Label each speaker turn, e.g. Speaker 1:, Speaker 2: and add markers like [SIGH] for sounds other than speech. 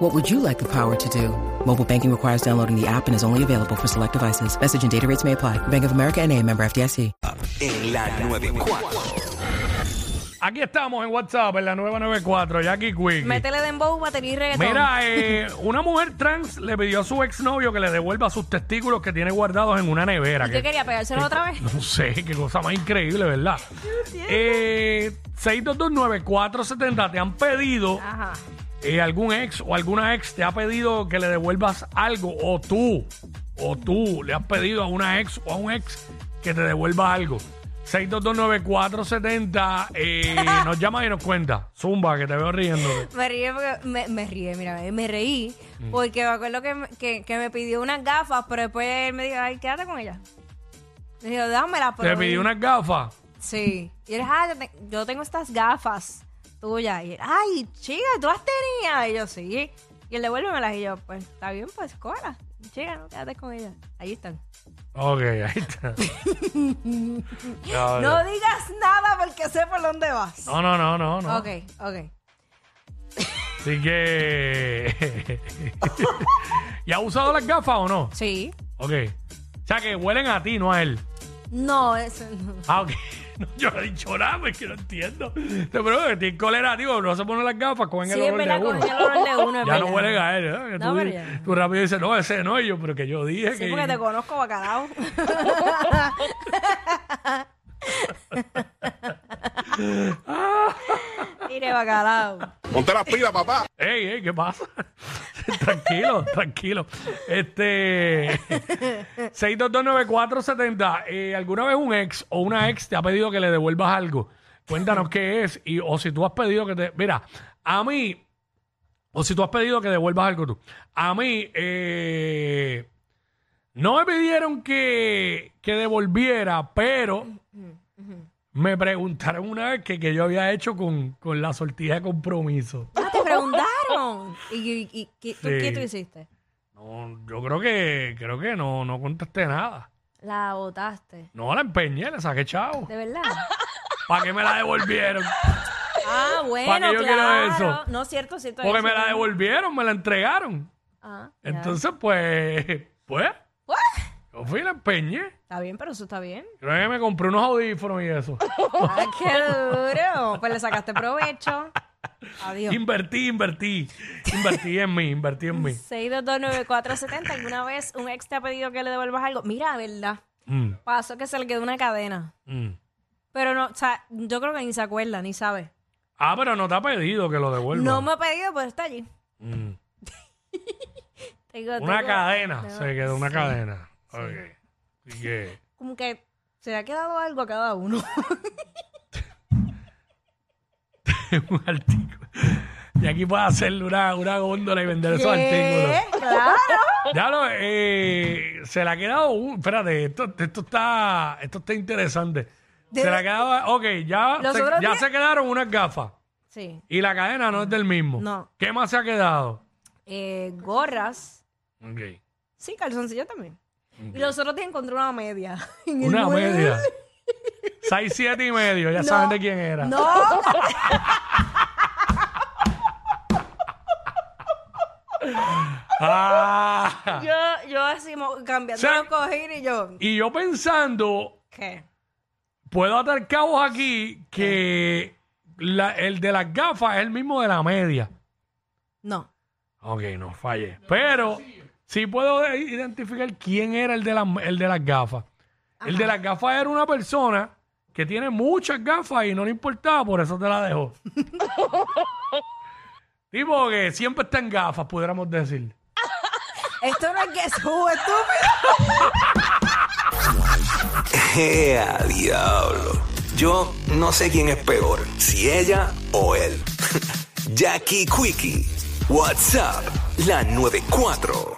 Speaker 1: What would you like the power to do? Mobile banking requires downloading the app and is only available for select devices. Message and data rates may apply. Bank of America and a member FDIC.
Speaker 2: en la 94.
Speaker 3: Aquí estamos en WhatsApp, en la 994, Jackie Quick.
Speaker 4: Métele dembow, batería y reggaetón.
Speaker 3: Mira, eh, una mujer trans le pidió a su exnovio que le devuelva sus testículos que tiene guardados en una nevera.
Speaker 4: ¿Y qué
Speaker 3: Que-
Speaker 4: quería? ¿Pegárselo
Speaker 3: [LAUGHS]
Speaker 4: otra vez?
Speaker 3: No sé, qué cosa más increíble, ¿verdad? Eh, 6229470, te han pedido,
Speaker 4: Ajá.
Speaker 3: eh, algún ex o alguna ex te ha pedido que le devuelvas algo, o tú, o tú le has pedido a una ex o a un ex que te devuelva algo. 6229470,
Speaker 4: [LAUGHS]
Speaker 3: eh, nos llama y nos cuenta. Zumba, que te veo riéndote.
Speaker 4: Me ríe porque... Me, me ríe, mira, eh, me reí.
Speaker 3: Mm.
Speaker 4: Porque me acuerdo que, me- que, que me pidió unas gafas, pero después él me dijo, ay, quédate con ella. Le digo, dámela.
Speaker 3: Te pedí unas gafas.
Speaker 4: Sí. Y él, ah, yo, te- yo tengo estas gafas tuyas. Y él, ay, chica, ¿tú las tenías? Y yo, sí. Y él, devuélvemelas. Y yo, pues, está bien, pues, cobra. Chica, no quédate con ella. Ahí están.
Speaker 3: Ok, ahí está.
Speaker 4: No,
Speaker 3: no,
Speaker 4: digas nada porque sé por dónde vas.
Speaker 3: no, no, no. no.
Speaker 4: Ok, ok.
Speaker 3: Así que. [LAUGHS] ¿Y ha usado las gafas o no?
Speaker 4: Sí.
Speaker 3: Ok. O sea, que huelen a ti, no a él.
Speaker 4: No, eso no.
Speaker 3: Ah, ok. [LAUGHS] No, yo no he dicho nada, es que no entiendo. Te pregunto que tiene cólera, tío. No se ponen las gafas, cogen el
Speaker 4: Sí, es
Speaker 3: olor
Speaker 4: verdad,
Speaker 3: de uno.
Speaker 4: cogen el olor de uno.
Speaker 3: [LAUGHS]
Speaker 4: es
Speaker 3: Ya no
Speaker 4: verdad.
Speaker 3: huelen a él. ¿eh? Que
Speaker 4: No,
Speaker 3: tú,
Speaker 4: pero ya.
Speaker 3: tú rápido dices, no, ese no. Y yo, pero que yo dije
Speaker 4: Sí,
Speaker 3: que.
Speaker 4: porque te
Speaker 3: [LAUGHS]
Speaker 4: conozco, bacalao. Mire, bacalao.
Speaker 2: Ponte las pilas, papá.
Speaker 3: ¡Ey, ey! ¿Qué pasa? [LAUGHS] tranquilo, tranquilo. Este. 6229470. Eh, ¿Alguna vez un ex o una ex te ha pedido que le devuelvas algo? Cuéntanos qué es. Y, o si tú has pedido que te. Mira, a mí. O si tú has pedido que devuelvas algo tú. A mí. eh, no me pidieron que, que devolviera, pero. Me preguntaron una vez que, que yo había hecho con, con la sortija de compromiso.
Speaker 4: Ah, te preguntaron. ¿Y, y- y- qué- tú,
Speaker 3: Sí.
Speaker 4: qué tú hiciste?
Speaker 3: No, yo creo que creo que no, no contesté nada.
Speaker 4: La votaste.
Speaker 3: No la empeñé, la saqué chavo. [LAUGHS]
Speaker 4: ¿De verdad?
Speaker 3: ¿Para qué me la devolvieron?
Speaker 4: Ah, bueno,
Speaker 3: ¿Para qué yo quiero
Speaker 4: claro.
Speaker 3: eso?
Speaker 4: No, cierto, cierto.
Speaker 3: Porque
Speaker 4: eso
Speaker 3: me la
Speaker 4: también.
Speaker 3: devolvieron, me la entregaron.
Speaker 4: Ah, ya.
Speaker 3: Entonces, pues, pues,
Speaker 4: What?
Speaker 3: yo fui y la empeñé.
Speaker 4: Está bien, pero eso está bien.
Speaker 3: Creo que me compré unos audífonos y eso.
Speaker 4: Ah, qué duro. Pues le
Speaker 3: [LAUGHS]
Speaker 4: sacaste provecho. Adiós.
Speaker 3: Invertí, invertí. Invertí en mí, invertí en mí.
Speaker 4: 6229470. ¿Alguna vez un ex te ha pedido que le devuelvas algo? Mira, verdad.
Speaker 3: Mm,
Speaker 4: Pasó que se le quedó una cadena.
Speaker 3: mm.
Speaker 4: Pero no, o sea, yo creo que ni se acuerda, ni sabe.
Speaker 3: Ah, pero no te ha pedido que lo devuelva.
Speaker 4: No me ha pedido, pero está allí.
Speaker 3: Mm.
Speaker 4: Tengo-
Speaker 3: Una
Speaker 4: tengo-
Speaker 3: cadena,
Speaker 4: tengo-
Speaker 3: se quedó una cadena. Ok. Así que...
Speaker 4: Como que se le ha quedado algo a
Speaker 3: [LAUGHS]
Speaker 4: cada uno.
Speaker 3: [LAUGHS] un artículo. Y aquí puedes hacerle una, una góndola y vender esos
Speaker 4: ¿Qué?
Speaker 3: artículos.
Speaker 4: Claro.
Speaker 3: Ya lo, eh, se le ha quedado. un- espérate, esto, esto está esto está interesante.
Speaker 4: De-
Speaker 3: se le ha quedado. Ok, ya,
Speaker 4: Los
Speaker 3: se,
Speaker 4: otros
Speaker 3: ya
Speaker 4: días-
Speaker 3: se quedaron unas gafas.
Speaker 4: Sí.
Speaker 3: Y la cadena no es del mismo.
Speaker 4: No.
Speaker 3: ¿Qué más se ha quedado?
Speaker 4: Eh, gorras.
Speaker 3: Ok.
Speaker 4: Sí, calzoncillos también. Y los otros te encontré una media. [LAUGHS] en el
Speaker 3: Una
Speaker 4: mueble.
Speaker 3: media.
Speaker 4: [LAUGHS]
Speaker 3: Seis, siete y medio. Ya saben de quién era.
Speaker 4: No,
Speaker 3: Ah.
Speaker 4: yo, yo así mo- cambiando
Speaker 3: O sea-
Speaker 4: los cojines y yo.
Speaker 3: Y yo pensando,
Speaker 4: ¿Qué?
Speaker 3: puedo atar cabos aquí que la- el de las gafas es el mismo de la media.
Speaker 4: No.
Speaker 3: Ok, no falle. Pero sí puedo de- identificar quién era el de, las- el de las gafas. El de las gafas era una persona que tiene muchas gafas y no le importaba, por eso te la dejó. tipo que siempre está en gafas, pudiéramos decir.
Speaker 4: Esto no es que es estúpido.
Speaker 2: [LAUGHS] ¡Ea, diablo! Yo no sé quién es peor, si ella o [LAUGHS] él. Jackie Quickie, WhatsApp, la 94.